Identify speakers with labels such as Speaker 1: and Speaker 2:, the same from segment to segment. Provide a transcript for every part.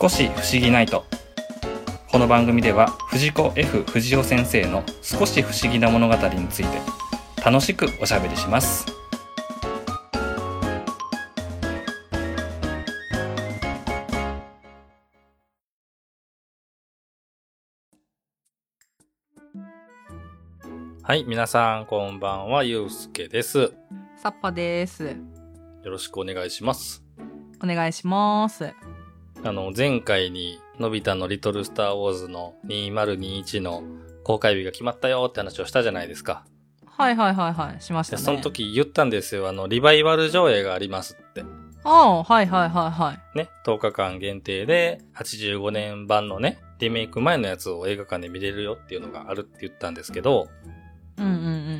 Speaker 1: 少し不思議ないとこの番組では藤子 F 不二雄先生の少し不思議な物語について楽しくおしゃべりしますはい皆さんこんばんはゆうすけですよ
Speaker 2: サッパです。
Speaker 1: ろしくお願いします
Speaker 2: お願いします。
Speaker 1: あの、前回に、のび太のリトルスターウォーズの2021の公開日が決まったよって話をしたじゃないですか。
Speaker 2: はいはいはいはい、しまし
Speaker 1: で
Speaker 2: たね。
Speaker 1: その。時言ったんですよ。あの、リバイバル上映がありますって。
Speaker 2: ああ、はいはいはいはい。
Speaker 1: ね、10日間限定で、85年版のね、リメイク前のやつを映画館で見れるよっていうのがあるって言ったんですけど、
Speaker 2: うんうんうん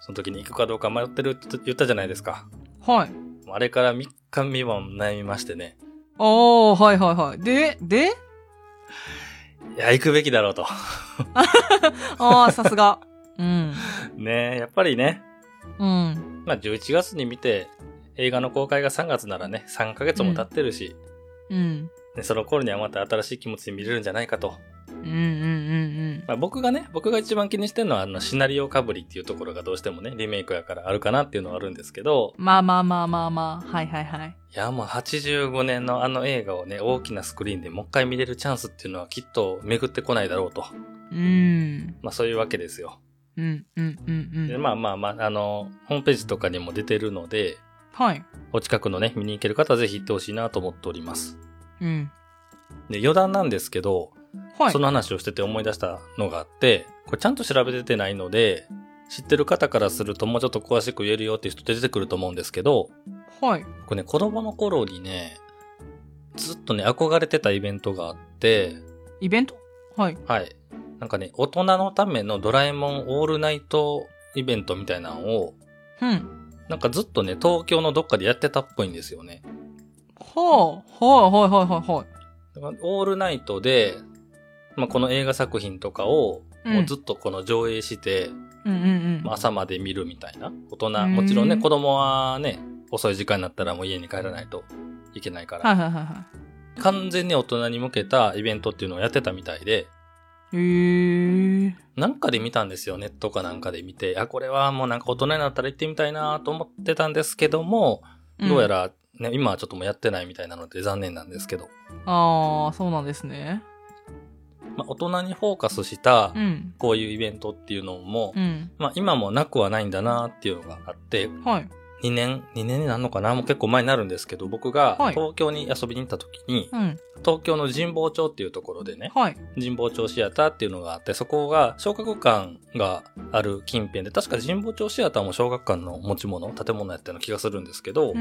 Speaker 1: その時に行くかどうか迷ってるって言ったじゃないですか。
Speaker 2: うん。はい。
Speaker 1: あれから3日3晩悩みましてね。
Speaker 2: ああ、はいはいはい。で、で
Speaker 1: いや、行くべきだろうと。
Speaker 2: ああ、さすが。 うん。
Speaker 1: ねやっぱりね、
Speaker 2: うん。
Speaker 1: まあ、11月に見て、映画の公開が3月ならね、3ヶ月も経ってるし、
Speaker 2: うん。
Speaker 1: ねその頃にはまた新しい気持ちで見れるんじゃないかと。
Speaker 2: うんうんうん
Speaker 1: まあ、僕がね、僕が一番気にしてるのは、あの、シナリオかぶりっていうところがどうしてもね、リメイクやからあるかなっていうのはあるんですけど、
Speaker 2: うん。まあまあまあまあまあ。はいはいはい。
Speaker 1: いや、もう85年のあの映画をね、大きなスクリーンでもう一回見れるチャンスっていうのはきっと巡ってこないだろうと。
Speaker 2: うん。
Speaker 1: まあ、そういうわけですよ。
Speaker 2: うんうんうんう
Speaker 1: で、
Speaker 2: ん。
Speaker 1: まあまあまあ、あの、ホームページとかにも出てるので、
Speaker 2: はい。
Speaker 1: お近くのね、見に行ける方はぜひ行ってほしいなと思っております。
Speaker 2: うん。
Speaker 1: で、余談なんですけど、
Speaker 2: はい
Speaker 1: そ。の話をしてて思い出したのがあって、これちゃんと調べててないので、知ってる方からするともうちょっと詳しく言えるよっていう人出てくると思うんですけど、
Speaker 2: はい。
Speaker 1: 僕ね、子供の頃にね、ずっとね、憧れてたイベントがあって、
Speaker 2: イベントはい。
Speaker 1: はい。なんかね、大人のためのドラえもんオールナイトイベントみたいなのを、
Speaker 2: うん。
Speaker 1: なんかずっとね、東京のどっかでやってたっぽいんですよね。
Speaker 2: はあ、はいはいはいはいはい。
Speaker 1: だからオールナイトで、まあ、この映画作品とかを、
Speaker 2: うん
Speaker 1: もうずっとこの上映して、
Speaker 2: うんうん
Speaker 1: まあ朝まで見るみたいな。大人、
Speaker 2: ん
Speaker 1: もちろんね、子供はね、遅い時間になったらもう家に帰らないといけないか
Speaker 2: うん。
Speaker 1: ら、
Speaker 2: はいはいはいは
Speaker 1: 完全に大人に向けたイベントっていうのをやってたみたいで、
Speaker 2: い。へえ。
Speaker 1: なんかで見たんですよ、ネットかなんかで見て、あ、これはもうなんか大人になったら行ってみたいなと思ってたんですけども、どうや
Speaker 2: ら
Speaker 1: ら、ね、今はちょっともうやってないみたいなので残念なんですけど、
Speaker 2: ああ、そうなんですね。
Speaker 1: まあ大人にフォーカスした
Speaker 2: う、ん。
Speaker 1: こういうイベントっていうのも、
Speaker 2: うん。
Speaker 1: まあ今もなくはないんだなっていうのがあって、
Speaker 2: はい。
Speaker 1: 2年、2年になるのかなもう結構前になるんですけど、僕が
Speaker 2: はい
Speaker 1: 東京に遊びに行った時に、
Speaker 2: うん。
Speaker 1: 東京の神保町っていうところでね、
Speaker 2: はい。
Speaker 1: 神保町シアターっていうのがあって、そこが小学館がある近辺で、確か神保町シアターも小学館の持ち物、建物やったような気がするんですけど
Speaker 2: うー、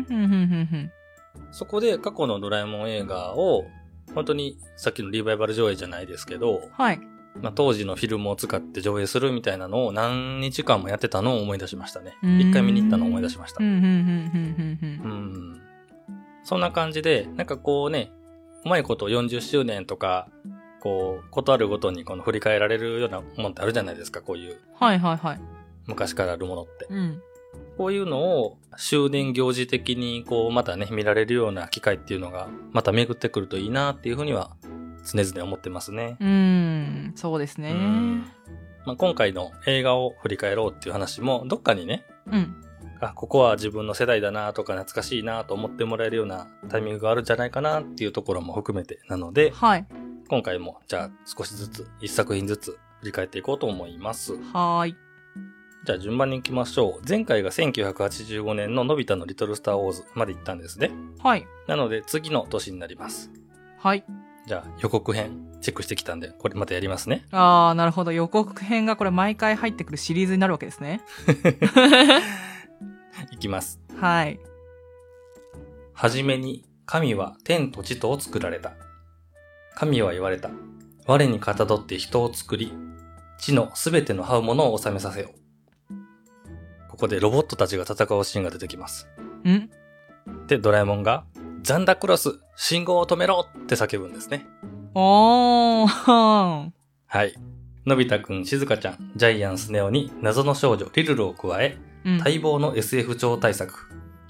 Speaker 2: ん。ふんふんふんふん。
Speaker 1: そこで過去のドラえもん映画を、本当にさっきのリバイバル上映じゃないですけど、
Speaker 2: はい。
Speaker 1: まあ、当時のフィルムを使って上映するみたいなのを何日間もやってたのを思い出しましたね。
Speaker 2: うーん
Speaker 1: 一回見に行ったのを思い出しました
Speaker 2: う。ん、ふんふんふんふんふん
Speaker 1: う。ん。そんな感じで、なんかこうね、うまいこと40周年とか、こう、ことあるごとにこの振り返られるようなもんってあるじゃないですか、こういう
Speaker 2: はいはいはい。
Speaker 1: 昔からあるものって。
Speaker 2: うん。
Speaker 1: こういうのを終年行事的にこう、またね、見られるような機会っていうのが、また巡ってくるといいなっていうふうには、常々思ってますね。
Speaker 2: うーん。そうですね。
Speaker 1: うんまあ、今回の映画を振り返ろうっていう話も、どっかにね、
Speaker 2: うん。
Speaker 1: あ、ここは自分の世代だなとか懐かしいなと思ってもらえるようなタイミングがあるんじゃないかなっていうところも含めてなので、
Speaker 2: はい。
Speaker 1: 今回もじゃあ少しずつ、一作品ずつ振り返っていこうと思います。
Speaker 2: はーい。
Speaker 1: じゃあ順番に行きましょう。前回が1985年ののび太のリトルスターウォーズまで行ったんですね。
Speaker 2: はい。
Speaker 1: なので次の年になります。
Speaker 2: はい。
Speaker 1: じゃあ予告編チェックしてきたんで、これまたやりますね。
Speaker 2: ああ、なるほど。予告編がこれ毎回入ってくるシリーズになるわけですね。
Speaker 1: いきます。
Speaker 2: はい。
Speaker 1: はじめに神は天と地とを作られた。神は言われた。我にかたどって人を作り、地のすべての這うものを治めさせよう。ここでロボットたちが戦うシーンが出てきます。
Speaker 2: ん
Speaker 1: で、ドラえもんが、ザンダクロス、信号を止めろって叫ぶんですね。
Speaker 2: おー。
Speaker 1: はい。のび太くん、しずかちゃん、ジャイアンスネオに謎の少女リルルを加え、
Speaker 2: うん。
Speaker 1: 待望の SF 超大作。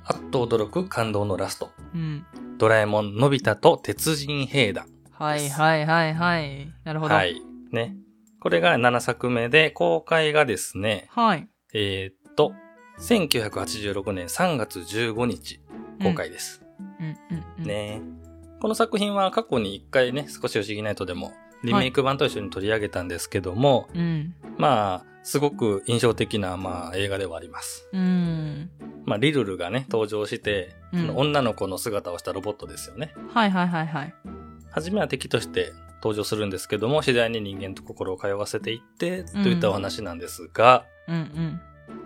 Speaker 1: あっと驚く感動のラスト。
Speaker 2: うん。
Speaker 1: ドラえもんのび太と鉄人兵団。
Speaker 2: はいはいはいはい。なるほど。
Speaker 1: は
Speaker 2: はい。
Speaker 1: い。ね。これが7作目で、公開がですね、えーっと、1986年3月15日公開です。
Speaker 2: うんうんうん。。
Speaker 1: ね。この作品は過去に1回ね、少し不思議ナイトでも、リメイク版と一緒に取り上げたんですけども、
Speaker 2: うん。
Speaker 1: まあ、すごく印象的な、まあ、映画ではあります。
Speaker 2: うん。
Speaker 1: まあ、リルルがね、登場して、
Speaker 2: うん
Speaker 1: あの女の子の姿をしたロボットですよね。
Speaker 2: はいはいはいはい。
Speaker 1: 初めは敵として登場するんですけども、次第に人間と心を通わせていって、と
Speaker 2: うん
Speaker 1: いったお話なんですが、
Speaker 2: うんうん。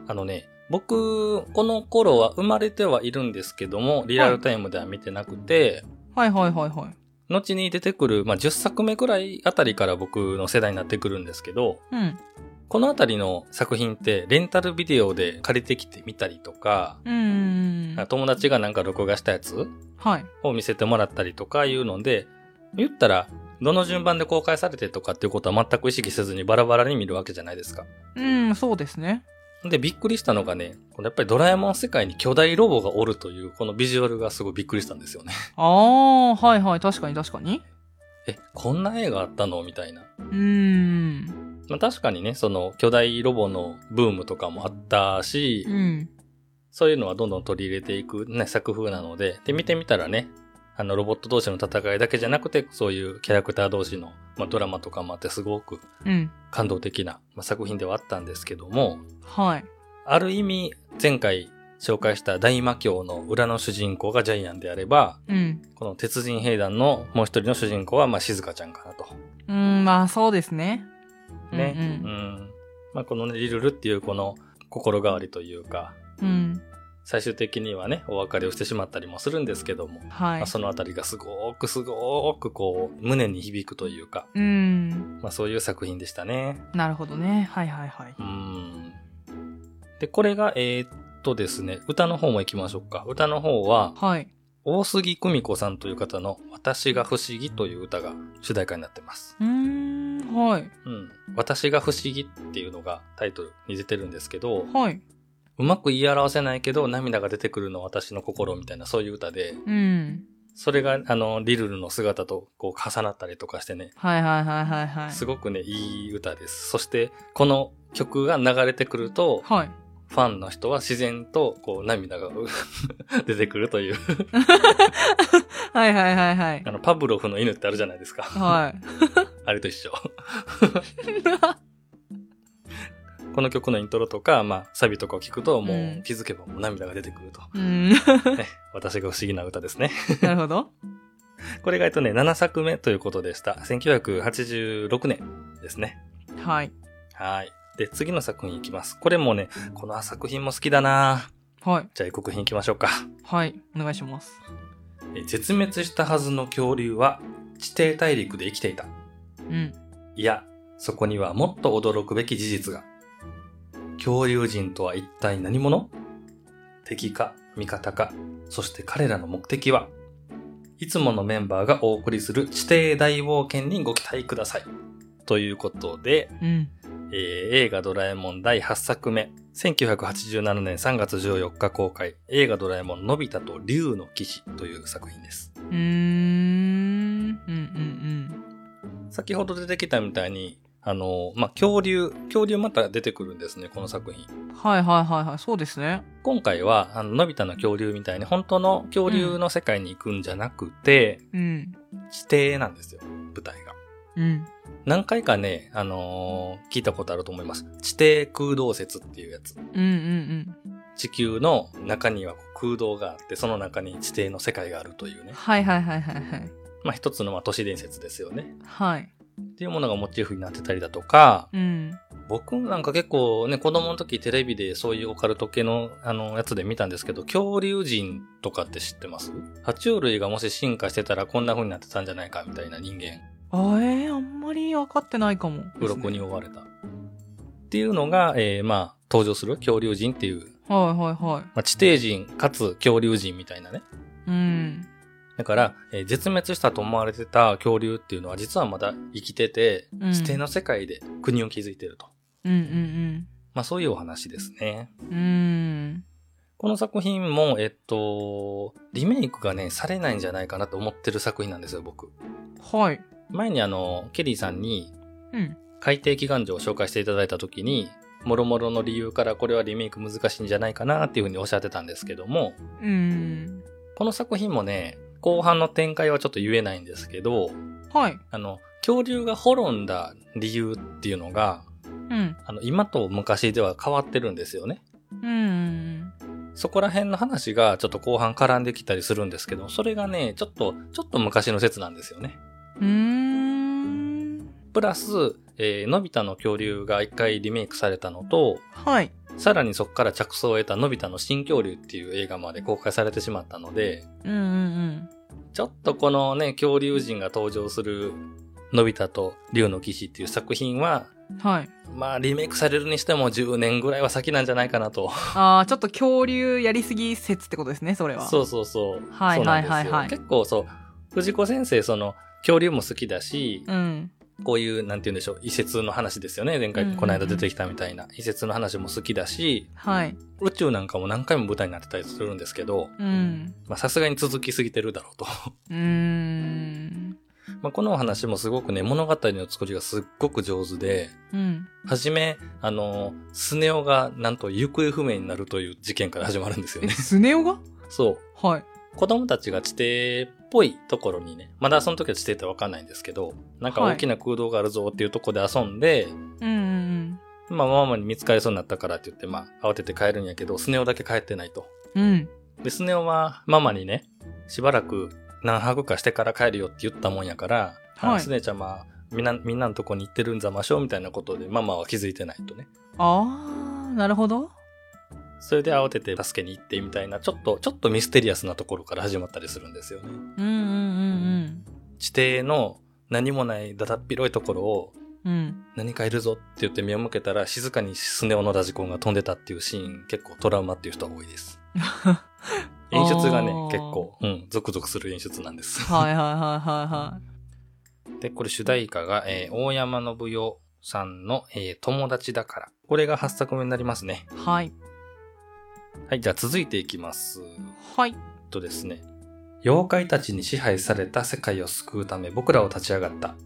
Speaker 1: あのね、僕、この頃は生まれてはいるんですけども、リアルタイムでは見てなくて、
Speaker 2: はいはいはいはい。
Speaker 1: 後に出てくる、まあ、10作目くらいあたりから僕の世代になってくるんですけど、
Speaker 2: うん。
Speaker 1: このあたりの作品って、レンタルビデオで借りてきてみたりとか、
Speaker 2: うん。
Speaker 1: 友達がなんか録画したやつ
Speaker 2: はい。
Speaker 1: を見せてもらったりとかいうので、言ったら、どの順番で公開されてとかっていうことは全く意識せずにバラバラに見るわけじゃないですか。
Speaker 2: うん、そうですね。
Speaker 1: で、びっくりしたのがね、このやっぱりドラえもん世界に巨大ロボがおるという、このビジュアルがすごいびっくりしたんですよね。
Speaker 2: ああ、はいはい、確かに確かに。
Speaker 1: え、こんな映画あったのみたいな。
Speaker 2: うーん。
Speaker 1: まあ確かにね、その巨大ロボのブームとかもあったし、
Speaker 2: うん。
Speaker 1: そういうのはどんどん取り入れていく、ね、作風なので、で、見てみたらね、あの、ロボット同士の戦いだけじゃなくて、そういうキャラクター同士の、まあ、ドラマとかもあって、すごく
Speaker 2: うん。
Speaker 1: 感動的な、まあ、作品ではあったんですけども、
Speaker 2: はい。
Speaker 1: ある意味、前回紹介した大魔教の裏の主人公がジャイアンであれば、
Speaker 2: うん。
Speaker 1: この鉄人兵団のもう一人の主人公は、まあ、静香ちゃんかなと。
Speaker 2: うーん、まあそうですね。
Speaker 1: ね。
Speaker 2: うんうん
Speaker 1: まあ、このね、リルルっていうこの心変わりというか、
Speaker 2: うん。
Speaker 1: 最終的にはね、お別れをしてしまったりもするんですけども、
Speaker 2: はい
Speaker 1: まあ、。そのあたりがすごくすごくこう、胸に響くというか、
Speaker 2: うーん。
Speaker 1: まあそういう作品でしたね。
Speaker 2: なるほどね。はいはいはい。
Speaker 1: うん。で、これが、えーっとですね、歌の方も行きましょうか。歌の方は、
Speaker 2: はい。
Speaker 1: 大杉久美子さんという方の、私が不思議という歌が主題歌になってます。
Speaker 2: うーん。はい。
Speaker 1: うん。私が不思議っていうのがタイトルに出てるんですけど、
Speaker 2: はい。
Speaker 1: うまく言い表せないけど、涙が出てくるのは私の心みたいな、そういう歌で、
Speaker 2: うん。
Speaker 1: それが、あの、リルルの姿と、こう、重なったりとかしてね、
Speaker 2: はいはいはいはいはい。
Speaker 1: すごくね、いい歌です。そして、この曲が流れてくると、
Speaker 2: はい。
Speaker 1: ファンの人は自然と、こう、涙が 出てくるという。
Speaker 2: はいはいはいはい
Speaker 1: あ。の、パブロフの犬ってあるじゃないですか。
Speaker 2: はい。
Speaker 1: あれと一緒。この曲のイントロとか、まあ、サビとかを聞くと、も
Speaker 2: う
Speaker 1: うん気づけばもう涙が出てくると。
Speaker 2: うん。
Speaker 1: ね、私が不思議な歌ですね。
Speaker 2: なるほど。
Speaker 1: これが、えっとね、7作目ということでした。1986年ですね。
Speaker 2: はい。
Speaker 1: はい。で、次の作品いきます。これもね、この作品も好きだな
Speaker 2: はい。
Speaker 1: じゃあ異国品いきましょうか。
Speaker 2: はい。お願いします。
Speaker 1: えー絶滅したはずの恐竜は地底大陸で生きていた。
Speaker 2: うん。
Speaker 1: いや、そこにはもっと驚くべき事実が。恐竜人とは一体何者敵か味方か、そして彼らの目的はいつものメンバーがお送りする地底大冒険にご期待ください。ということで、
Speaker 2: うん。
Speaker 1: えー映画ドラえもん第8作目、1987年3月14日公開、映画ドラえもんのび太と竜の騎士という作品です。
Speaker 2: うーん。うんうん
Speaker 1: 先ほど出てきたみたいに、あの、まあ、恐竜、恐竜また出てくるんですね、この作品。
Speaker 2: うん。はいはいはいはい。そうですね。
Speaker 1: 今回は、あの、のび太の恐竜みたいに、本当の恐竜の世界に行くんじゃなくて、
Speaker 2: うん。
Speaker 1: 地底なんですよ、舞台が。
Speaker 2: うん。
Speaker 1: 何回かね、あのー聞いたことあると思います。地底空洞説っていうやつ。
Speaker 2: うんうん
Speaker 1: 地球の中にはこう空洞があって、その中に地底の世界があるという
Speaker 2: う
Speaker 1: ね
Speaker 2: ん。。はいはいはいはいはい。
Speaker 1: まあ、一つのまあ都市伝説ですよね。
Speaker 2: はい。
Speaker 1: っていうものがモチーフになってたりだとか、
Speaker 2: うん。
Speaker 1: 僕なんか結構ね、子供の時テレビでそういうオカルト系のあのやつで見たんですけど、恐竜人とかって知ってます爬虫類がもし進化してたらこんな風になってたんじゃないかみたいな人間、
Speaker 2: あえー、あんまり分かってないかも。
Speaker 1: 鱗に。覆われた。っていうのが、えーまあ、登場する恐竜人っていう、
Speaker 2: はいはいは
Speaker 1: まあ、地底人かつ恐竜人みたいなね。
Speaker 2: い。うん。
Speaker 1: だから、えー絶滅したと思われてた恐竜っていうのは実はまだ生きてて、
Speaker 2: うん
Speaker 1: 地底の世界で国を築いてると。
Speaker 2: うんうん
Speaker 1: まあそういうお話ですね。
Speaker 2: うん。うーん。
Speaker 1: この作品も、えっと、リメイクがね、されないんじゃないかなと思ってる作品なんですよ、僕。
Speaker 2: はい。
Speaker 1: 前にあの、ケリーさんに、
Speaker 2: うん。
Speaker 1: 海底祈願所を紹介していただいた時に、もろもろの理由からこれはリメイク難しいんじゃないかなっていうふうにおっしゃってたんですけども、
Speaker 2: うーん。
Speaker 1: この作品もね、後半の展開はちょっと言えないんですけど、
Speaker 2: はい。
Speaker 1: あの、恐竜が滅んだ理由っていうのが、
Speaker 2: うん。
Speaker 1: あの、今と昔では変わってるんですよね。
Speaker 2: うーん。
Speaker 1: そこら辺の話がちょっと後半絡んできたりするんですけど、それがね、ちょっと、ちょっと昔の説なんですよね。
Speaker 2: うーん。
Speaker 1: プラス、えー、のび太の恐竜が一回リメイクされたのと、
Speaker 2: はい。
Speaker 1: さらにそこから着想を得たのび太の新恐竜っていう映画まで公開されてしまったので、
Speaker 2: うんうん
Speaker 1: ちょっとこのね、恐竜人が登場するのび太と竜の騎士っていう作品は、
Speaker 2: うん。はい。
Speaker 1: まあリメイクされるにしても10年ぐらいは先なんじゃないかなと。
Speaker 2: ああ、ちょっと恐竜やりすぎ説ってことですね、それは。。
Speaker 1: そううそうそう。
Speaker 2: はい
Speaker 1: そうなんですよ
Speaker 2: はいはいはい
Speaker 1: 結構そう、藤子先生、その、恐竜も好きだし、
Speaker 2: うん。
Speaker 1: こういう、なんて言うんでしょう、移設の話ですよね。前
Speaker 2: うんうん
Speaker 1: 回、
Speaker 2: うん
Speaker 1: この間出てきたみたいな。移設の話も好きだし、
Speaker 2: はい。
Speaker 1: 宇宙なんかも何回も舞台になってたりするんですけど、
Speaker 2: うん。
Speaker 1: まあさすがに続きすぎてるだろうと。
Speaker 2: うーん。
Speaker 1: まあこのお話もすごくね、物語の作りがすっごく上手で、
Speaker 2: うん。
Speaker 1: はじめ、あの、スネ夫がなんと行方不明になるという事件から始まるんですよ
Speaker 2: え、
Speaker 1: ね。
Speaker 2: スネ夫が
Speaker 1: そう。
Speaker 2: はい。
Speaker 1: 子供たちが地底っぽいところにね、まだその時は地底ってわかんないんですけど、なんか
Speaker 2: はい
Speaker 1: 大きな空洞があるぞっていうとこで遊んで、
Speaker 2: うんうん
Speaker 1: まあママに見つかりそうになったからって言って、まあ慌てて帰るんやけど、スネ夫だけ帰ってないと。
Speaker 2: うん。うん。
Speaker 1: で、スネ夫はママにね、しばらく何泊かしてから帰るよって言ったもんやから、あの
Speaker 2: はい
Speaker 1: スネちゃんはみんな、みんなのとこに行ってるんざましょうみたいなことでママは気づいてないとね。
Speaker 2: ああ、なるほど。
Speaker 1: それで慌てて助けに行ってみたいな、ちょっと、ちょっとミステリアスなところから始まったりするんですよね。
Speaker 2: うんうんうん
Speaker 1: 地底の何もないだだっ広いところを
Speaker 2: うん。うん。
Speaker 1: 何かいるぞって言って目を向けたら静かにスネ夫のラジコンが飛んでたっていうシーン結構トラウマっていう人が多い です。演出がね
Speaker 2: あー
Speaker 1: 結構、うん、ゾクゾクする演出なんです。
Speaker 2: はいはいはいはいはい。
Speaker 1: で、これ主題歌が、えー大山信代さんの、えー友達だから。これが8作目になりますね。
Speaker 2: はい。
Speaker 1: はい、じゃあ続いていきます。
Speaker 2: はい。
Speaker 1: えっとですね。妖怪たちに支配された世界を救うため僕らを立ち上がった、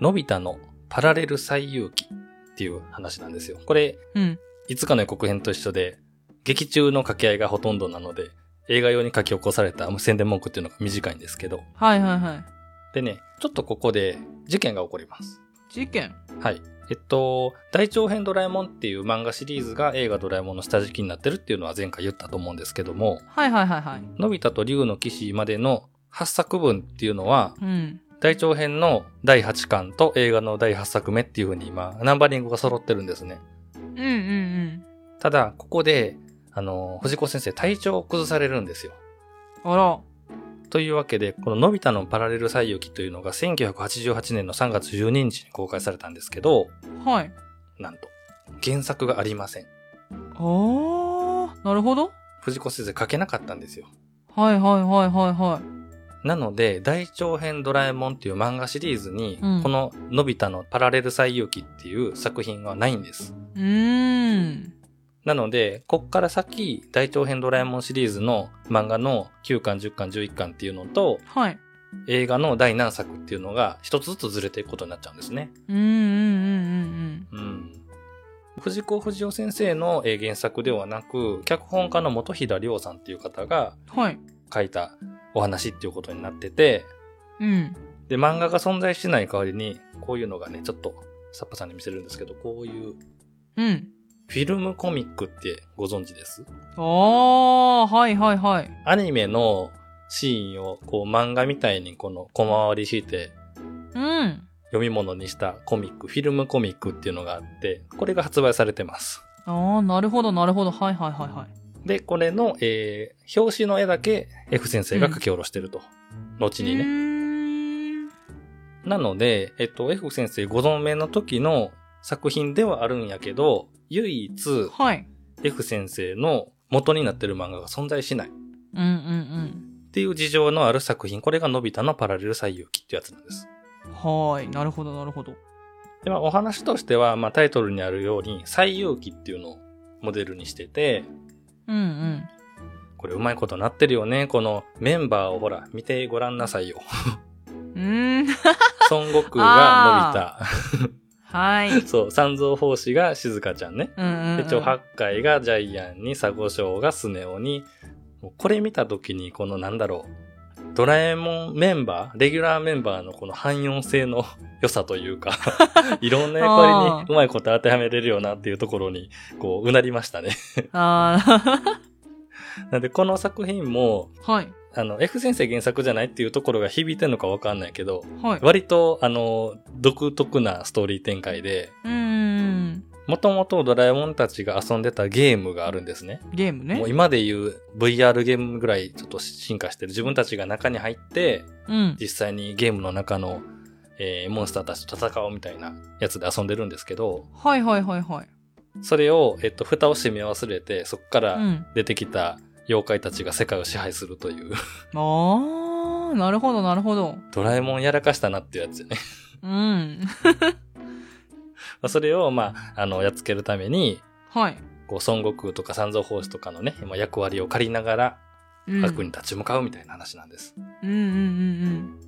Speaker 1: のび太のパラレル最遊記っていう話なんですよ。これ、
Speaker 2: うん。
Speaker 1: いつかの予告編と一緒で、劇中の掛け合いがほとんどなので、映画用に書き起こされた宣伝文句っていうのが短いんですけど。
Speaker 2: はいはいはい。
Speaker 1: でね、ちょっとここで事件が起こります。
Speaker 2: 事件。
Speaker 1: はい。えっと、大長編ドラえもんっていう漫画シリーズが映画ドラえもんの下敷きになってるっていうのは前回言ったと思うんですけども、
Speaker 2: はいはいはいはい。
Speaker 1: のび太と竜の騎士までの8作分っていうのは、
Speaker 2: うん。
Speaker 1: 大長編の第8巻と映画の第8作目っていう風に今、ナンバリングが揃ってるんですね。
Speaker 2: うんうんうん。
Speaker 1: ただ、ここで、あの、藤子先生、体調を崩されるんですよ。
Speaker 2: あら。
Speaker 1: というわけで、こののび太のパラレル最遊記というのが1988年の3月12日に公開されたんですけど、
Speaker 2: はい。
Speaker 1: なんと、原作がありません。
Speaker 2: ああ、なるほど。
Speaker 1: 藤子先生書けなかったんですよ。
Speaker 2: はいはいはいはいはい。
Speaker 1: なので、大長編ドラえもんっていう漫画シリーズに、
Speaker 2: うん
Speaker 1: こののび太のパラレル最遊記っていう作品はないんです。
Speaker 2: うーん。
Speaker 1: なので、こっから先、大長編ドラえもんシリーズの漫画の9巻、10巻、11巻っていうのと、
Speaker 2: はい。
Speaker 1: 映画の第何作っていうのが一つずつずれていくことになっちゃうんですね。
Speaker 2: うんうんうん
Speaker 1: うん。藤子不二雄先生のえー原作ではなく、脚本家の元平亮さんっていう方が
Speaker 2: うんうん。はい。
Speaker 1: 書いたお話っていうことになってて、
Speaker 2: うん。
Speaker 1: で、漫画が存在しない代わりに、こういうのがね、ちょっと、サッパさんに見せるんですけど、こういう、
Speaker 2: うん。
Speaker 1: フィルムコミックってご存知です
Speaker 2: ああ、はいはいはい。
Speaker 1: アニメのシーンを、こう漫画みたいにこの小回りして、
Speaker 2: うん。
Speaker 1: 読み物にしたコミック、フィルムコミックっていうのがあって、これが発売されてます。
Speaker 2: ああ、なるほどなるほど。はいはいはいはい。
Speaker 1: で、これの、えー表紙の絵だけ F 先生が書き下ろしてると。後に
Speaker 2: う
Speaker 1: ね。
Speaker 2: ーん
Speaker 1: なので、えっと、F 先生ご存命の時の作品ではあるんやけど、唯一、
Speaker 2: はい。
Speaker 1: F 先生の元になってる漫画が存在しないっ
Speaker 2: うんうん
Speaker 1: ていう事情のある作品、これがのび太のパラレル最遊記ってやつなんです。
Speaker 2: うん。はーい。なるほどなるほど。
Speaker 1: で、まあお話としては、まあタイトルにあるように、最遊記っていうのをモデルにしてて、
Speaker 2: うんうん。
Speaker 1: これうまいことなってるよね。このメンバーをほら、見てごらんなさいよ。
Speaker 2: うーん。
Speaker 1: 孫悟空が
Speaker 2: はい。
Speaker 1: のび太。 そう、三蔵法師が静香ちゃんね。
Speaker 2: うんうん、う
Speaker 1: で、
Speaker 2: ん。
Speaker 1: 超八海がジャイアンに、佐護翔がスネ夫に、もうこれ見た時に、このなんだろう、ドラえもんメンバー、レギュラーメンバーのこの汎用性の良さという か、いろんな役割に
Speaker 2: あー
Speaker 1: うまいこと当てはめれるよなっていうところに、こう、うなりましたね。
Speaker 2: あ
Speaker 1: なんで、この作品も、
Speaker 2: あ。 はい。
Speaker 1: あの、F 先生原作じゃないっていうところが響いてるのかわかんないけど、
Speaker 2: はい。
Speaker 1: 割と、あの、独特なストーリー展開で、
Speaker 2: うーん。
Speaker 1: もともとドラえもんたちが遊んでたゲームがあるんですね。
Speaker 2: ゲームね
Speaker 1: もう。今で言う VR ゲームぐらいちょっと進化してる。自分たちが中に入って、
Speaker 2: うん。
Speaker 1: 実際にゲームの中の、えーモンスターたちと戦おうみたいなやつで遊んでるんですけど、
Speaker 2: はいはいはいはい。
Speaker 1: それを、えっと、蓋を閉め忘れて、そこか
Speaker 2: う
Speaker 1: ら
Speaker 2: ん。
Speaker 1: 出てきた妖怪たちが世界を支配するという、
Speaker 2: ああ、なるほどなるほど。
Speaker 1: ドラえもんやらかしたなっていうやつよね。
Speaker 2: うん。
Speaker 1: まあそれを、まあ、あの、やっつけるために、
Speaker 2: はい。
Speaker 1: こう、孫悟空とか三蔵法師とかのね、まあ役割を借りながら、
Speaker 2: うん、
Speaker 1: 悪に立ち向かうみたいな話なんです。
Speaker 2: うんうんうん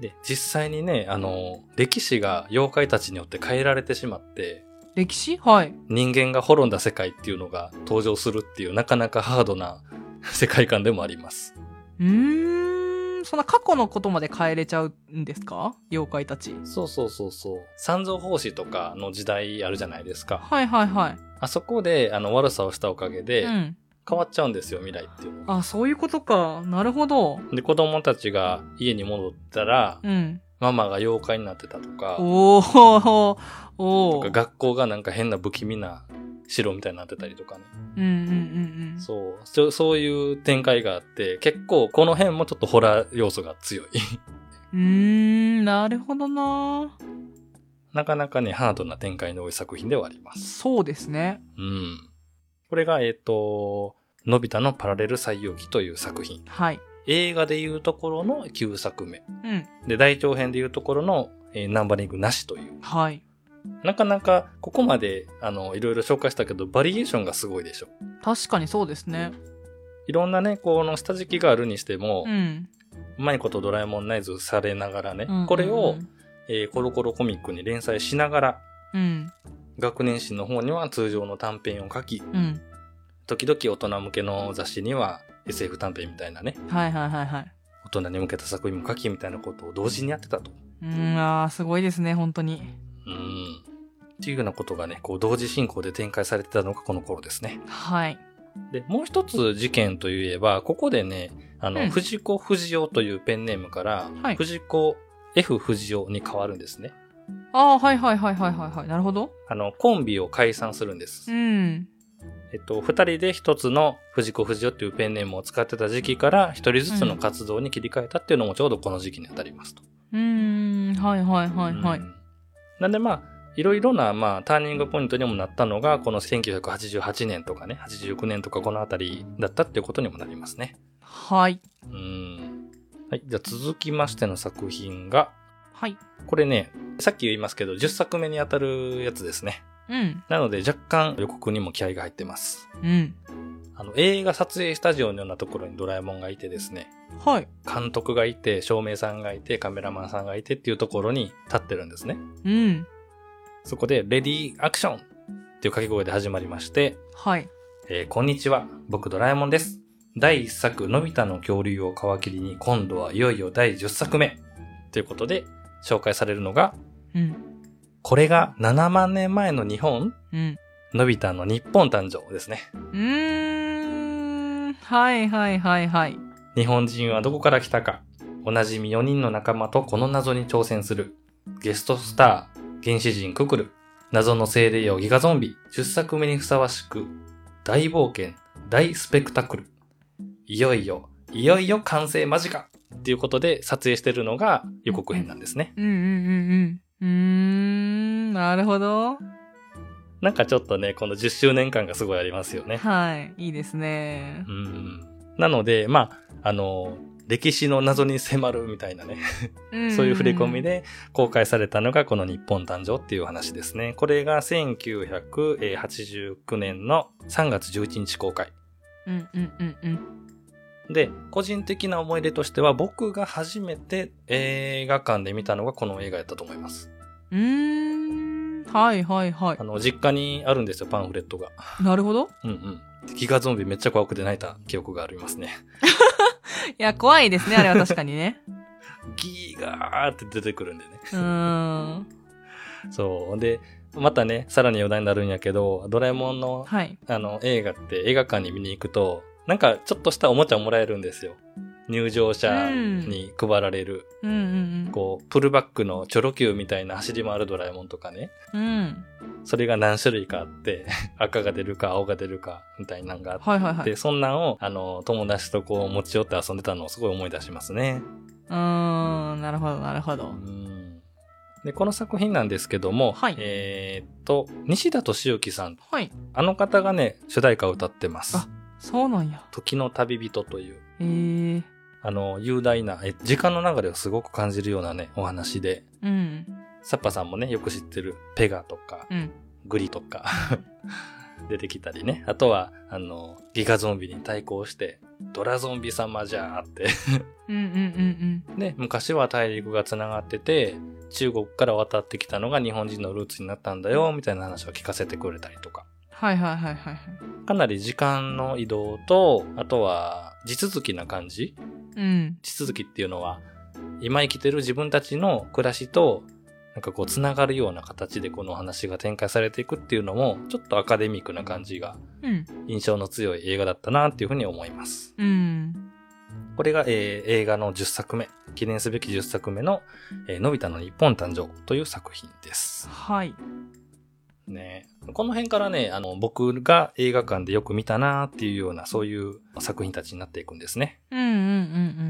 Speaker 1: で、実際にね、あの、歴史が妖怪たちによって変えられてしまって、
Speaker 2: うん。歴史はい。
Speaker 1: 人間が滅んだ世界っていうのが登場するっていう、なかなかハードな 世界観でもあります。
Speaker 2: うーん。そんな過去のことまで変えれちゃうんですか妖怪たち。
Speaker 1: そうそうそうそう。三蔵法師とかの時代あるじゃないですか。
Speaker 2: はいはいはい。
Speaker 1: あそこで、あの、悪さをしたおかげで
Speaker 2: う、ん。
Speaker 1: 変わっちゃうんですよ、未来っていうのが。
Speaker 2: あ、そういうことか。なるほど。
Speaker 1: で、子供たちが家に戻ったら、
Speaker 2: うん。
Speaker 1: ママが妖怪になってたとか、
Speaker 2: おおお
Speaker 1: と
Speaker 2: お。
Speaker 1: か学校がなんか変な不気味な城みたいになってたりとかね。
Speaker 2: うんうんうんうん。
Speaker 1: そうそ。そういう展開があって、結構この辺もちょっとホラー要素が強い。
Speaker 2: うーん、なるほどな。
Speaker 1: なかなかね、ハードな展開の多い作品ではあります。
Speaker 2: そうですね。
Speaker 1: うん。これが、えっ、と、のび太のパラレル採用記という作品。
Speaker 2: はい。
Speaker 1: 映画でいうところの9作目。
Speaker 2: うん。
Speaker 1: で、大長編でいうところの、えーナンバリングなしという。
Speaker 2: はい。
Speaker 1: なかなか、ここまで、あの、いろいろ紹介したけど、バリエーションがすごいでしょ。
Speaker 2: 確かにそうですね。
Speaker 1: いろんなね、この下敷きがあるにしても、
Speaker 2: う。
Speaker 1: うんまいことドラえもんナイズされながらね、
Speaker 2: うん
Speaker 1: これを、、えーコロコロコミックに連載しながら、
Speaker 2: うん。
Speaker 1: 学年誌の方には通常の短編を書き、
Speaker 2: うん。
Speaker 1: 時々大人向けの雑誌には SF 短編みたいなね、
Speaker 2: はいはいはいはい。
Speaker 1: 大人に向けた作品も書きみたいなことを同時にやってたと。
Speaker 2: うーん、あーすごいですね、本当に。
Speaker 1: うん。っていうようなことがね、こう同時進行で展開されてたのがこの頃ですね。
Speaker 2: はい。
Speaker 1: で、もう一つ事件といえば、ここでね、あの、
Speaker 2: うん
Speaker 1: 藤子不二雄というペンネームから、
Speaker 2: はい
Speaker 1: 藤子 F 不二雄に変わるんですね。
Speaker 2: ああ、はいはいはいはいはいはい。なるほど。
Speaker 1: あの、コンビを解散するんです。
Speaker 2: うん。
Speaker 1: えっと、二人で一つの藤子不二雄っていうペンネームを使ってた時期から、一人ずつの活動に切り替えたっていうのもちょうどこの時期にあたりますと。。
Speaker 2: うーん、はいはいはいはいう
Speaker 1: んなんでまあ、いろいろな、まあ、ターニングポイントにもなったのが、この1988年とかね、89年とかこのあたりだったっていうことにもなりますね。
Speaker 2: はい。
Speaker 1: うん。はい。じゃあ続きましての作品が、
Speaker 2: はい。
Speaker 1: これね、さっき言いますけど、10作目にあたるやつですね。
Speaker 2: うん。
Speaker 1: なので若干予告にも気合が入ってます。
Speaker 2: うん。
Speaker 1: あの、映画撮影スタジオのようなところにドラえもんがいてですね、
Speaker 2: はい。
Speaker 1: 監督がいて、照明さんがいて、カメラマンさんがいてっていうところに立ってるんですね。
Speaker 2: うん。
Speaker 1: そこで、レディーアクションっていう掛け声で始まりまして、
Speaker 2: はい。
Speaker 1: えーこんにちは、僕ドラえもんです。第1作、のび太の恐竜を皮切りに、今度はいよいよ第10作目ということで、紹介されるのが、
Speaker 2: うん。
Speaker 1: これが7万年前の日本、
Speaker 2: うん。
Speaker 1: のび太の日本誕生ですね。
Speaker 2: うーん。はいはいはいはい。
Speaker 1: 日本人はどこから来たか。おなじみ4人の仲間とこの謎に挑戦する。ゲストスター、原始人ククル、謎の精霊よギガゾンビ、10作目にふさわしく、大冒険、大スペクタクル。いよいよ、いよいよ完成間近っていうことで撮影してるのが予告編なんですね。
Speaker 2: うんうんうんうん。うーん。なるほど。
Speaker 1: なんかちょっとね、この10周年感がすごいありますよね。
Speaker 2: はい。いいですね
Speaker 1: う。ん。なので、まあ、あの、歴史の謎に迫るみたいなね。そういう触れ込み。で公開されたのがこの日本誕生っていう話ですね。これが1989年の3月11日公開。
Speaker 2: うんうんうんうん。
Speaker 1: で、個人的な思い出としては、僕が初めて映画館で見たのがこの映画やったと思います。
Speaker 2: うーん。はいはいはい
Speaker 1: あ。の、実家にあるんですよ、パンフレットが。
Speaker 2: なるほど。
Speaker 1: うんうん。ギガゾンビめっちゃ怖くて泣いた記憶がありますね。
Speaker 2: いや、怖いですね、あれは確かにね。
Speaker 1: ギガーって出てくるんでね。
Speaker 2: うーん。
Speaker 1: そう。で、またね、さらに余談になるんやけど、ドラえもんの、
Speaker 2: はい。
Speaker 1: あの、映画って映画館に見に行くと、なんかちょっとしたおもちゃもらえるんですよ。入場者に配られる、
Speaker 2: うんうん
Speaker 1: こう、プルバックのチョロ Q みたいな走り回るドラえもんとかね。
Speaker 2: うん。うん。
Speaker 1: それが何種類かあって、 赤が出るか青が出るかみたいなんがあって、
Speaker 2: はいはいはい。う
Speaker 1: そんなんを、あの、友達とこう持ち寄って遊んでたのをすごい思い出しますね。
Speaker 2: ーん。なるほどなるほ
Speaker 1: う
Speaker 2: ど。
Speaker 1: んで、この作品なんですけども、
Speaker 2: はい
Speaker 1: えーっと、西田敏行さん、
Speaker 2: はい。
Speaker 1: あの方がね、主題歌を歌ってます
Speaker 2: あ。そうなんや。
Speaker 1: 時の旅人という、
Speaker 2: えー。
Speaker 1: あの、雄大な、え時間の流れをすごく感じるようなね、お話で、
Speaker 2: うん。
Speaker 1: サッパさんもね、よく知ってるペガとか、
Speaker 2: うん。
Speaker 1: グリとか 出てきたりね。あとは、あの、ギガゾンビに対抗して、ドラゾンビ様じゃーって。
Speaker 2: うんうんうん
Speaker 1: ね、昔は大陸が繋がってて、中国から渡ってきたのが日本人のルーツになったんだよ、みたいな話を聞かせてくれたりとか。
Speaker 2: はいはいはいはいはい。
Speaker 1: かなり時間の移動と、あとは、地続きな感じ
Speaker 2: うん。
Speaker 1: 地続きっていうのは、今生きてる自分たちの暮らしと、なんかこう、繋がるような形でこの話が展開されていくっていうのも、ちょっとアカデミックな感じが
Speaker 2: うん。
Speaker 1: 印象の強い映画だったなっていうふうに思います。
Speaker 2: うん。
Speaker 1: これが、えー映画の10作目、記念すべき10作目の、えーのび太の日本誕生という作品です。
Speaker 2: はい。
Speaker 1: ね、この辺からね、あの、僕が映画館でよく見たなっていうような、そういう作品たちになっていくんですね。
Speaker 2: うんうんう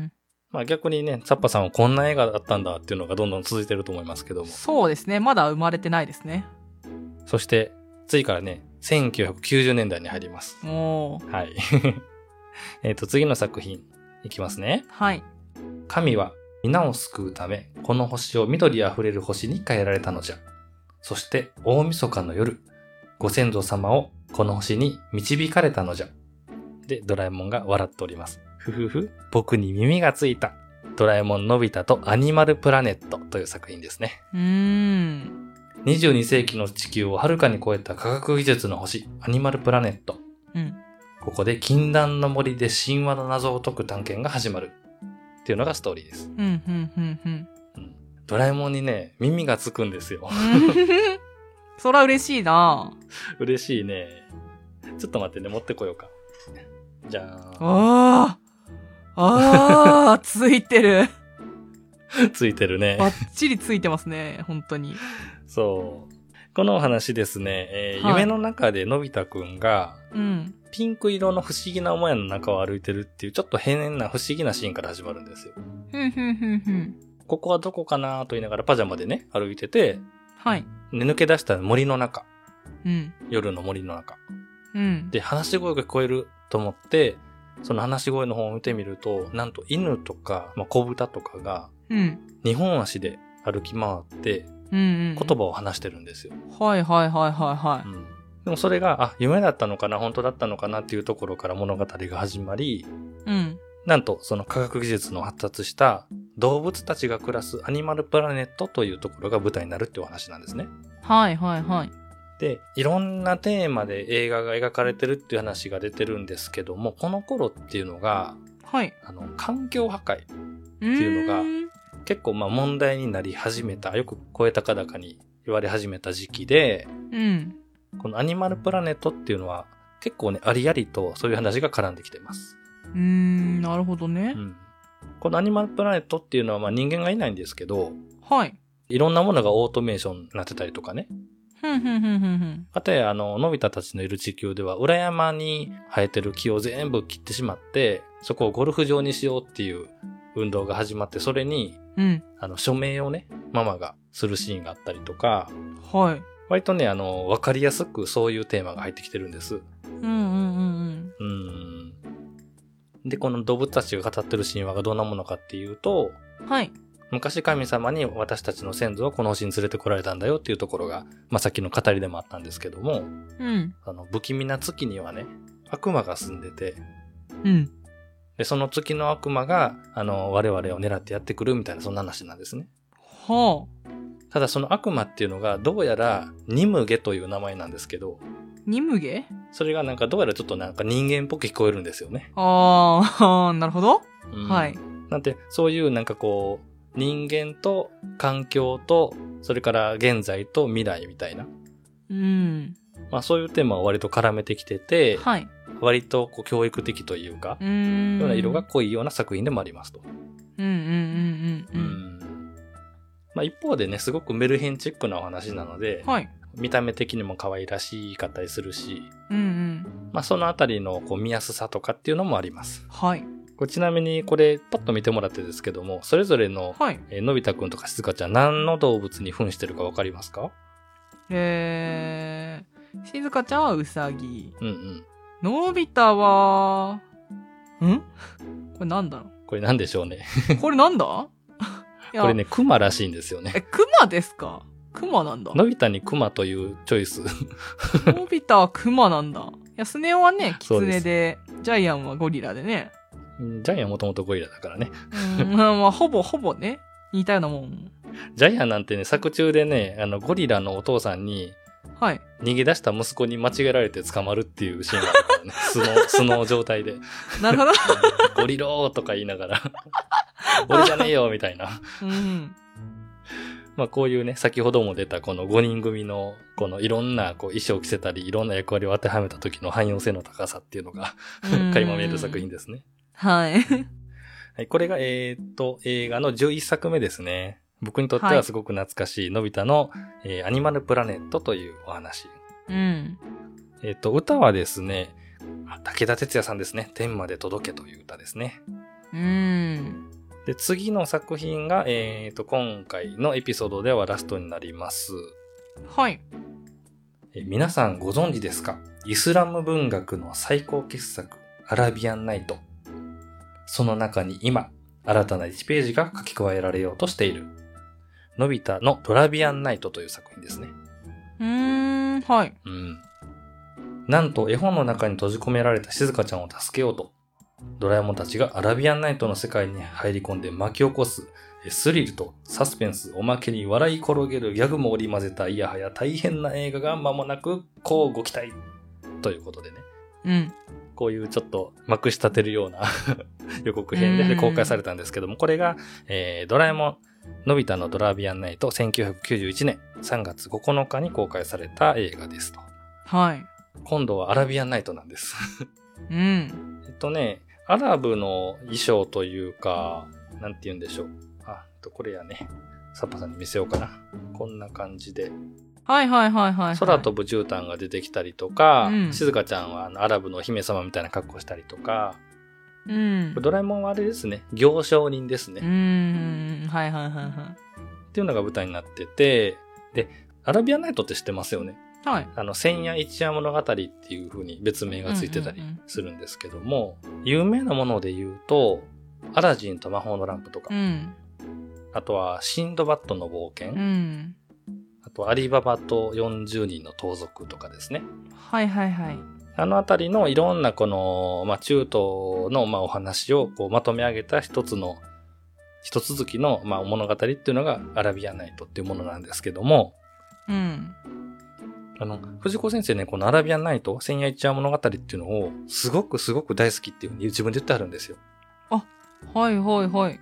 Speaker 2: ん
Speaker 1: まあ逆にね、サッパさんはこんな映画だったんだっていうのがどんどん続いてると思いますけど
Speaker 2: うん。
Speaker 1: も。
Speaker 2: そうですね。まだ生まれてないですね。
Speaker 1: そして、次からね、1990年代に入ります。
Speaker 2: おー。
Speaker 1: はい。 えっと、次の作品、いきますね。
Speaker 2: はい。
Speaker 1: 神は皆を救うため、この星を緑あふれる星に変えられたのじゃ。そして大晦日の夜、ご先祖様をこの星に導かれたのじゃ。で、ドラえもんが笑っております。ふふふ、僕に耳がついた。ドラえもんのび太とアニマルプラネットという作品ですね。
Speaker 2: うーん。
Speaker 1: 22世紀の地球をはるかに超えた科学技術の星、アニマルプラネット。
Speaker 2: うん。
Speaker 1: ここで禁断の森で神話の謎を解く探検が始まる。っていうのがストーリーです。
Speaker 2: うんうんうんうん。
Speaker 1: ドラえもんにね、耳がつくんですよ。
Speaker 2: そら嬉しいな
Speaker 1: 嬉しいね。ちょっと待ってね、持ってこようか。じゃー
Speaker 2: あああ あついてる
Speaker 1: ん。ついてるね
Speaker 2: バ。ッチリついてますね本当に
Speaker 1: そう。このお話ですね、えー
Speaker 2: はい
Speaker 1: 夢の中でのび太くんが、
Speaker 2: うん
Speaker 1: ピンク色の不思議なおもやの中を歩いてるっていう、ちょっと変な不思議なシーンから始まるんですよ。
Speaker 2: ふんふんふんふん
Speaker 1: ここはどこかなと言いながらパジャマでね、歩いてて、
Speaker 2: はい
Speaker 1: で抜け出した森の中、
Speaker 2: うん
Speaker 1: 夜の森の中。
Speaker 2: うん
Speaker 1: で、話し声が聞こえると思って、その話し声の方を見てみると、なんと犬とか、まあ、小豚とかが、
Speaker 2: うん
Speaker 1: 二本足で歩き回って、
Speaker 2: うんうん
Speaker 1: 言葉を話してるんですよ。
Speaker 2: はいはいはいはいは
Speaker 1: う
Speaker 2: い
Speaker 1: んでもそれが、あ、夢だったのかな、本当だったのかなっていうところから物語が始まり、
Speaker 2: うん
Speaker 1: なんと、その科学技術の発達した動物たちが暮らすアニマルプラネットというところが舞台になるっていうお話なんですね。
Speaker 2: はいはいはい
Speaker 1: で、いろんなテーマで映画が描かれてるっていう話が出てるんですけども、この頃っていうのが、
Speaker 2: はい
Speaker 1: あの、環境破壊。
Speaker 2: って
Speaker 1: いうのが結構まあ問題になり始めた、よく声高々に言われ始めた時期で、
Speaker 2: うん
Speaker 1: このアニマルプラネットっていうのは結構ね、ありありとそういう話が絡んできてます。
Speaker 2: うーんなるほどね
Speaker 1: うん。このアニマルプラネットっていうのはまあ人間がいないんですけど、
Speaker 2: はい
Speaker 1: いろんなものがオートメーションになってたりとかね。
Speaker 2: ふんふんふんふんふん
Speaker 1: かたや、あの、のび太たちのいる地球では、裏山に生えてる木を全部切ってしまって、そこをゴルフ場にしようっていう運動が始まって、それに、
Speaker 2: うん
Speaker 1: あの、署名をね、ママがするシーンがあったりとか、
Speaker 2: はい
Speaker 1: 割とね、あの、わかりやすくそういうテーマが入ってきてるんです。
Speaker 2: うんうんうん
Speaker 1: うん。で、この動物たちが語ってる神話がどんなものかっていうと、
Speaker 2: うんはい
Speaker 1: 昔神様に私たちの先祖はこの星に連れてこられたんだよっていうところが、まあ、さっきの語りでもあったんですけども、
Speaker 2: うん
Speaker 1: あの、不気味な月にはね、悪魔が住んでて、
Speaker 2: うん。
Speaker 1: で、その月の悪魔が、あの、我々を狙ってやってくるみたいな、そんな話なんですね。
Speaker 2: はあ。
Speaker 1: ただその悪魔っていうのが、どうやら、ニムゲという名前なんですけど、
Speaker 2: ニムゲ
Speaker 1: それがなんかどうやらちょっとなんか人間っぽく聞こえるんですよね。
Speaker 2: ああ、なるほど。
Speaker 1: うん
Speaker 2: はい。。
Speaker 1: なんて、そういうなんかこう、人間と環境と、それから現在と未来みたいな。
Speaker 2: うん。
Speaker 1: まあそういうテーマを割と絡めてきてて、
Speaker 2: はい。
Speaker 1: 割とこう教育的というか
Speaker 2: う、ーん。
Speaker 1: ような色が。濃いような作品でもありますと。
Speaker 2: うんうんうんうんうん。
Speaker 1: まあ一方でね、すごくメルヘンチックなお話なので、
Speaker 2: はい。
Speaker 1: 見た目的にも可愛らしかったりするし、
Speaker 2: うんうん。
Speaker 1: まあそのあたりのこう見やすさとかっていうのもあります。
Speaker 2: はい。
Speaker 1: これちなみにこれパッと見てもらってですけども、それぞれの
Speaker 2: はい。
Speaker 1: えーのび太くんとかしずかちゃん何の動物に扮してるかわかりますか
Speaker 2: えー、しずかちゃんはうさぎ。
Speaker 1: うんうん。
Speaker 2: のび太は、んこれなんだろ
Speaker 1: これなんでしょうね。
Speaker 2: うこれな んだいや
Speaker 1: これね、クマらしいんですよね。
Speaker 2: え、クマですかクマなんだ。
Speaker 1: のび太にクマというチョイス。
Speaker 2: のび太はクマなんだ。いや、スネ夫はね、キ
Speaker 1: そ
Speaker 2: ツ
Speaker 1: うで
Speaker 2: ネ
Speaker 1: す
Speaker 2: で、ジャイアンはゴリラで ね。
Speaker 1: うんジャイアンもともとゴリラだからね。
Speaker 2: うん、まあ、ほぼほぼね、似たようなもん。
Speaker 1: ジャイアンなんてね、作中でね、あの、ゴリラのお父さんに
Speaker 2: はい。
Speaker 1: 逃げ出した息子に間違えられて捕まるっていうシーンがある からね。素の、素の状態で。
Speaker 2: なるほど。
Speaker 1: ゴリローとか言いながら。 俺じゃねえよみたいな。
Speaker 2: うん。
Speaker 1: まあこういうね、先ほども出たこの5人組の、このいろんなこう衣装を着せたり、いろんな役割を当てはめた時の汎用性の高さっていうのが、
Speaker 2: うん
Speaker 1: 垣間見える作品。ですね。
Speaker 2: はい。
Speaker 1: はい、これが、えーっと、映画の11作目ですね。僕にとってはすごく懐かしい、のび太の、えーアニマルプラネットというお話。
Speaker 2: うん。
Speaker 1: えーっと、歌はですね、あ武田鉄矢さんですね。天まで届けという歌ですね。
Speaker 2: うん。
Speaker 1: で、次の作品が、えーっと、今回のエピソードではラストになります。
Speaker 2: はい。
Speaker 1: えー皆さんご存知ですかイスラム文学の最高傑作、アラビアンナイト。その中に今、新たな1ページが書き加えられようとしている。のび太のトラビアンナイトという作品ですね。
Speaker 2: うーん、はい。
Speaker 1: うん。なんと絵本の中に閉じ込められた静香ちゃんを助けようと、ドラえもんたちがアラビアンナイトの世界に入り込んで巻き起こすえスリルとサスペンス、おまけに笑い転げるギャグも織り交ぜたいやはや大変な映画が間もなくこうご期待ということでね。
Speaker 2: うん。
Speaker 1: こういうちょっとまくし立てるような 予告編で
Speaker 2: うん
Speaker 1: で公開されたんですけども、これが、えードラえもん、のび太のドラビアンナイト1991年3月9日に公開された映画ですと。
Speaker 2: はい。
Speaker 1: 今度はアラビアンナイトなん です。
Speaker 2: うん。
Speaker 1: えっとね、アラブの衣装というか、なんて言うんでしょう。あ、えっとこれやね。サッパさんに見せようかな。こんな感じで。
Speaker 2: はいはいはいはい、はい。
Speaker 1: 空飛ぶ絨毯が出てきたりとか、
Speaker 2: うん
Speaker 1: 静香ちゃんはあのアラブのお姫様みたいな格好したりとか、
Speaker 2: うん。
Speaker 1: ドラえもんはあれですね、行商人ですね。
Speaker 2: う
Speaker 1: っ
Speaker 2: ーん。はいはいはいは
Speaker 1: ていうのが舞台になってて、で、アラビアンナイトって知ってますよね。
Speaker 2: い。はい。
Speaker 1: あの、千夜一夜物語っていう風に別名がついてたり
Speaker 2: うんうんうん
Speaker 1: するんですけども、有名なもので言うと、アラジンと魔法のランプとか、
Speaker 2: うん。
Speaker 1: あとはシンドバッドの冒険、
Speaker 2: うん。
Speaker 1: あとアリババと40人の盗賊とかですね。
Speaker 2: はいはいはい。
Speaker 1: あのあたりのいろんなこの、まあ、中東の、まあ、お話をこうまとめ上げた一つの、一続きの、まあ、物語っていうのがアラビアナイトっていうものなんですけども、
Speaker 2: うん。
Speaker 1: あの、藤子先生ね、このアラビアンナイト、千夜一夜物語っていうのを、すごくすごく大好きっていうふうに自分で言ってあるんですよ。
Speaker 2: はいはいはい。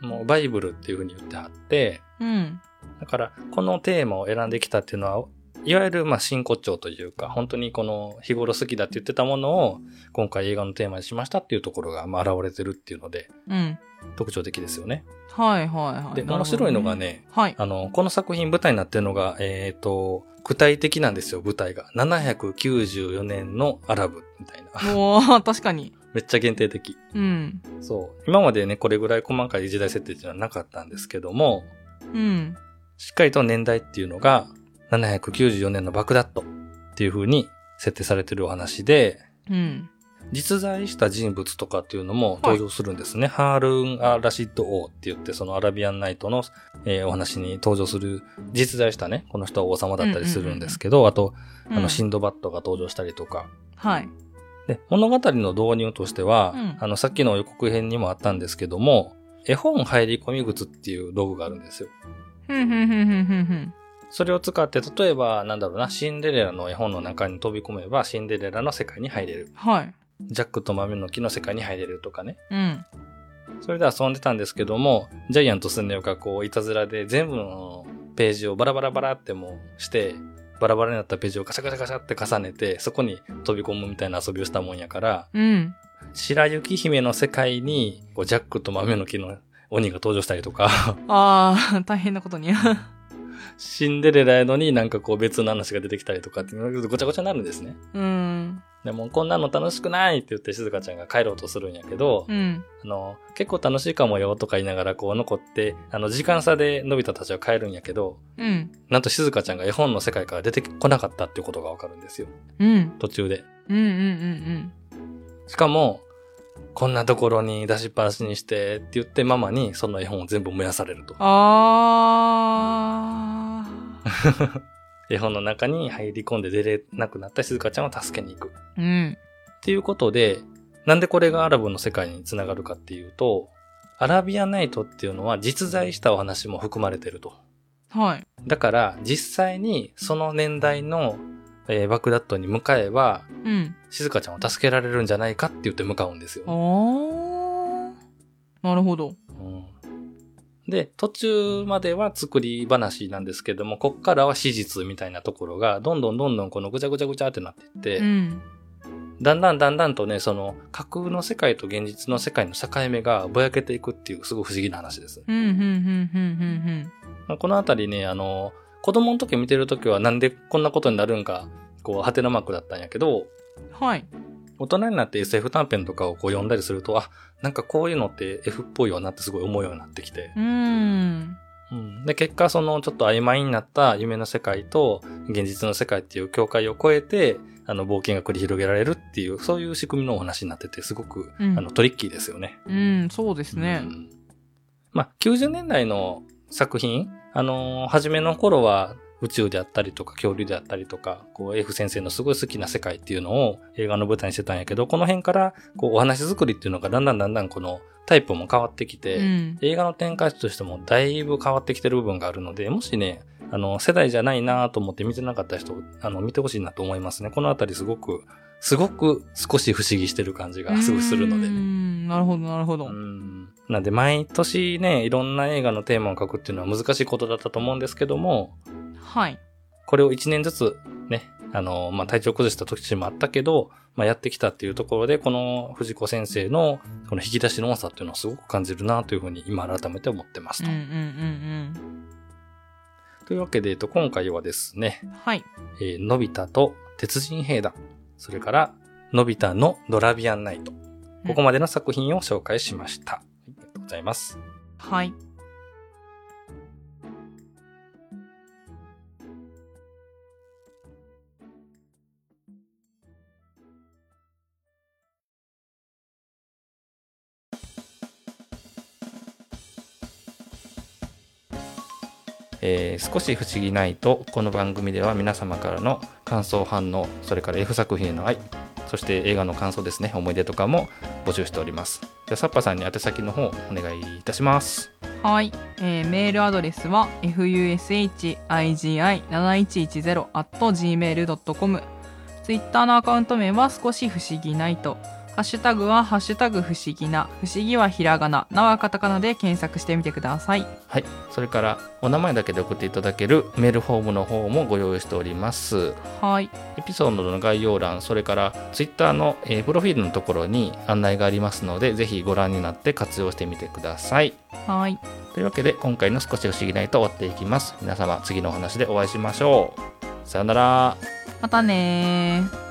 Speaker 1: もうバイブルっていうふうに言ってあって、
Speaker 2: うん。
Speaker 1: だから、このテーマを選んできたっていうのは、いわゆる、まあ、真骨頂というか、本当にこの日頃好きだって言ってたものを、今回映画のテーマにしましたっていうところが、まあ、現れてるっていうので、
Speaker 2: うん。特
Speaker 1: 特徴的ですよね。
Speaker 2: はいはいはい。
Speaker 1: で、
Speaker 2: なるほどね
Speaker 1: 面白いのが。ね、
Speaker 2: はい。
Speaker 1: あの、この作品舞台になってるのが、えっ、と、具体的なんですよ、舞台が。794年のアラブみたいな。
Speaker 2: もう、確かに。
Speaker 1: めっちゃ限定的。
Speaker 2: うん。
Speaker 1: そう。今までね、これぐらい細かい時代設定っていうのはなかったんですけども、
Speaker 2: うん。
Speaker 1: しっかりと年代っていうのが、794年のバグダッドっていう風に設定されてるお話で、
Speaker 2: うん。
Speaker 1: 実在した人物とかっていうのも
Speaker 2: はい
Speaker 1: 登場するんですね。ハールーン・ア・ラシッド王って言って、そのアラビアンナイトの、えーお話に登場する、実在したね、この人は王様だったりするんですけど、あと、あの、シンドバッドが登場したりとか、
Speaker 2: はい。
Speaker 1: で、物語の導入としては、
Speaker 2: うん
Speaker 1: あの、さっきの予告編にもあったんですけども、絵本入り込み靴っていう道具があるんですよ。
Speaker 2: ふんふんふんふんふんふん。
Speaker 1: それを使って、例えば、なんだろうな、シンデレラの絵本の中に飛び込めば、シンデレラの世界に入れる。
Speaker 2: はい。
Speaker 1: ジャックと豆の木の世界に入れるとかね。
Speaker 2: うん。
Speaker 1: それで遊んでたんですけども、ジャイアントスネ夫がこう、いたずらで全部のページをバラバラバラってもうして、バラバラになったページをカシャカシャカシャって重ねて、そこに飛び込むみたいな遊びをしたもんやから、
Speaker 2: うん。
Speaker 1: 白雪姫の世界に、こうジャックと豆の木の鬼が登場したりとか、
Speaker 2: ああ、大変なことに。
Speaker 1: シンデレラやのになんかこう別の話が出てきたりとかって、ごちゃごちゃになるんですね。
Speaker 2: うん。
Speaker 1: でもうこんなの楽しくないって言って静香ちゃんが帰ろうとするんやけど、
Speaker 2: うん。
Speaker 1: あの、結構楽しいかもよとか言いながらこう残って、あの時間差でのび太たちは帰るんやけど、
Speaker 2: うん。
Speaker 1: なんと静香ちゃんが絵本の世界から出てこなかったっていうことがわかるんですよ。
Speaker 2: うん。
Speaker 1: 途中で。
Speaker 2: うん。うん。うん。
Speaker 1: しかも、こんなところに出しっぱなしにしてって言ってママにその絵本を全部燃やされると。
Speaker 2: ああ。
Speaker 1: 絵本の中に入り込んで出れなくなった静香ちゃんを助けに行く。っ
Speaker 2: うん。
Speaker 1: ていうことで、なんでこれがアラブの世界につながるかっていうと、アラビアナイトっていうのは実在したお話も含まれてると。
Speaker 2: はい。
Speaker 1: だから実際にその年代の、えーバグダッドに向かえば、
Speaker 2: うん。
Speaker 1: 静香ちゃんを助けられるんじゃないかって言って向かうんですよ。
Speaker 2: ああ。なるほど。
Speaker 1: うんで、途中までは作り話なんですけども、こっからは史実みたいなところが、どんどんどんどんこのぐちゃぐちゃぐちゃってなっていって、
Speaker 2: うん。
Speaker 1: だんだんだんだんとね、その架空の世界と現実の世界の境目がぼやけていくっていうすごい不思議な話です。
Speaker 2: うん。うん。うん。うん。
Speaker 1: まあこのあたりね、あの、子供の時見てる時はなんでこんなことになるんか、こう、ハテナマークだったんやけど、
Speaker 2: うん。はい。
Speaker 1: 大人になって SF 短編とかをこう読んだりすると、あ、なんかこういうのって F っぽいよなってすごい思うようになってきて。
Speaker 2: うん。
Speaker 1: うん、で、結果そのちょっと曖昧になった夢の世界と現実の世界っていう境界を越えて、あの、冒険が繰り広げられるっていう、そういう仕組みのお話になってて、すごく、
Speaker 2: うん
Speaker 1: あの、トリッキーですよね。
Speaker 2: うん。そうですね
Speaker 1: う。んまあ、90年代の作品、あのー初めの頃は宇宙であったりとか恐竜であったりとか、こう F 先生のすごい好きな世界っていうのを映画の舞台にしてたんやけど、この辺からこうお話作りっていうのがだんだんだんだんこのタイプも変わってきて、
Speaker 2: うん。
Speaker 1: 映画の展開としてもだいぶ変わってきてる部分があるので、もしね、あの、世代じゃないなと思って見てなかった人、あの、見てほしいなと思いますね。このあたりすごく、すごく少し不思議してる感じがすごいするので。
Speaker 2: うん。なるほど、なるほど。
Speaker 1: うんなんで毎年ね、いろんな映画のテーマを書くっていうのは難しいことだったと思うんですけども、
Speaker 2: はい。
Speaker 1: これを1年ずつね、あの、まあ、体調崩した時もあったけど、まあ、やってきたっていうところで、この藤子先生のこの引き出しの多さっていうのをすごく感じるなというふうに今改めて思ってます
Speaker 2: うん
Speaker 1: と。
Speaker 2: うんうん
Speaker 1: というわけで、えっと、今回はですね
Speaker 2: う、ん。はい。
Speaker 1: えーのび太と鉄人兵団、それから、のび太のドラビアンナイト、ここまでの作品を紹介しました。はいありがとうございます。
Speaker 2: はい。
Speaker 1: えー少し不思議ないとこの番組では皆様からの感想反応それから F 作品への愛そして映画の感想ですね思い出とかも募集しておりますじゃあサッパさんに宛先の方お願いいたします
Speaker 2: はい、えーメールアドレスは fushigi7110.gmail.com ツイッターのアカウント名は少し不思議ないとハッシュタグは「ハッシュタグ不思議な」不思議はひらがななはカタカナで検索してみてください
Speaker 1: はいそれからお名前だけで送っていただけるメールフォームの方もご用意しております
Speaker 2: はい
Speaker 1: エピソードの概要欄それからツイッターの、えープロフィールのところに案内がありますのでぜひご覧になって活用してみてください
Speaker 2: はい
Speaker 1: というわけで今回の少し不思議ないと終わっていきます皆様次のお話でお会いしましょうさよなら
Speaker 2: またねー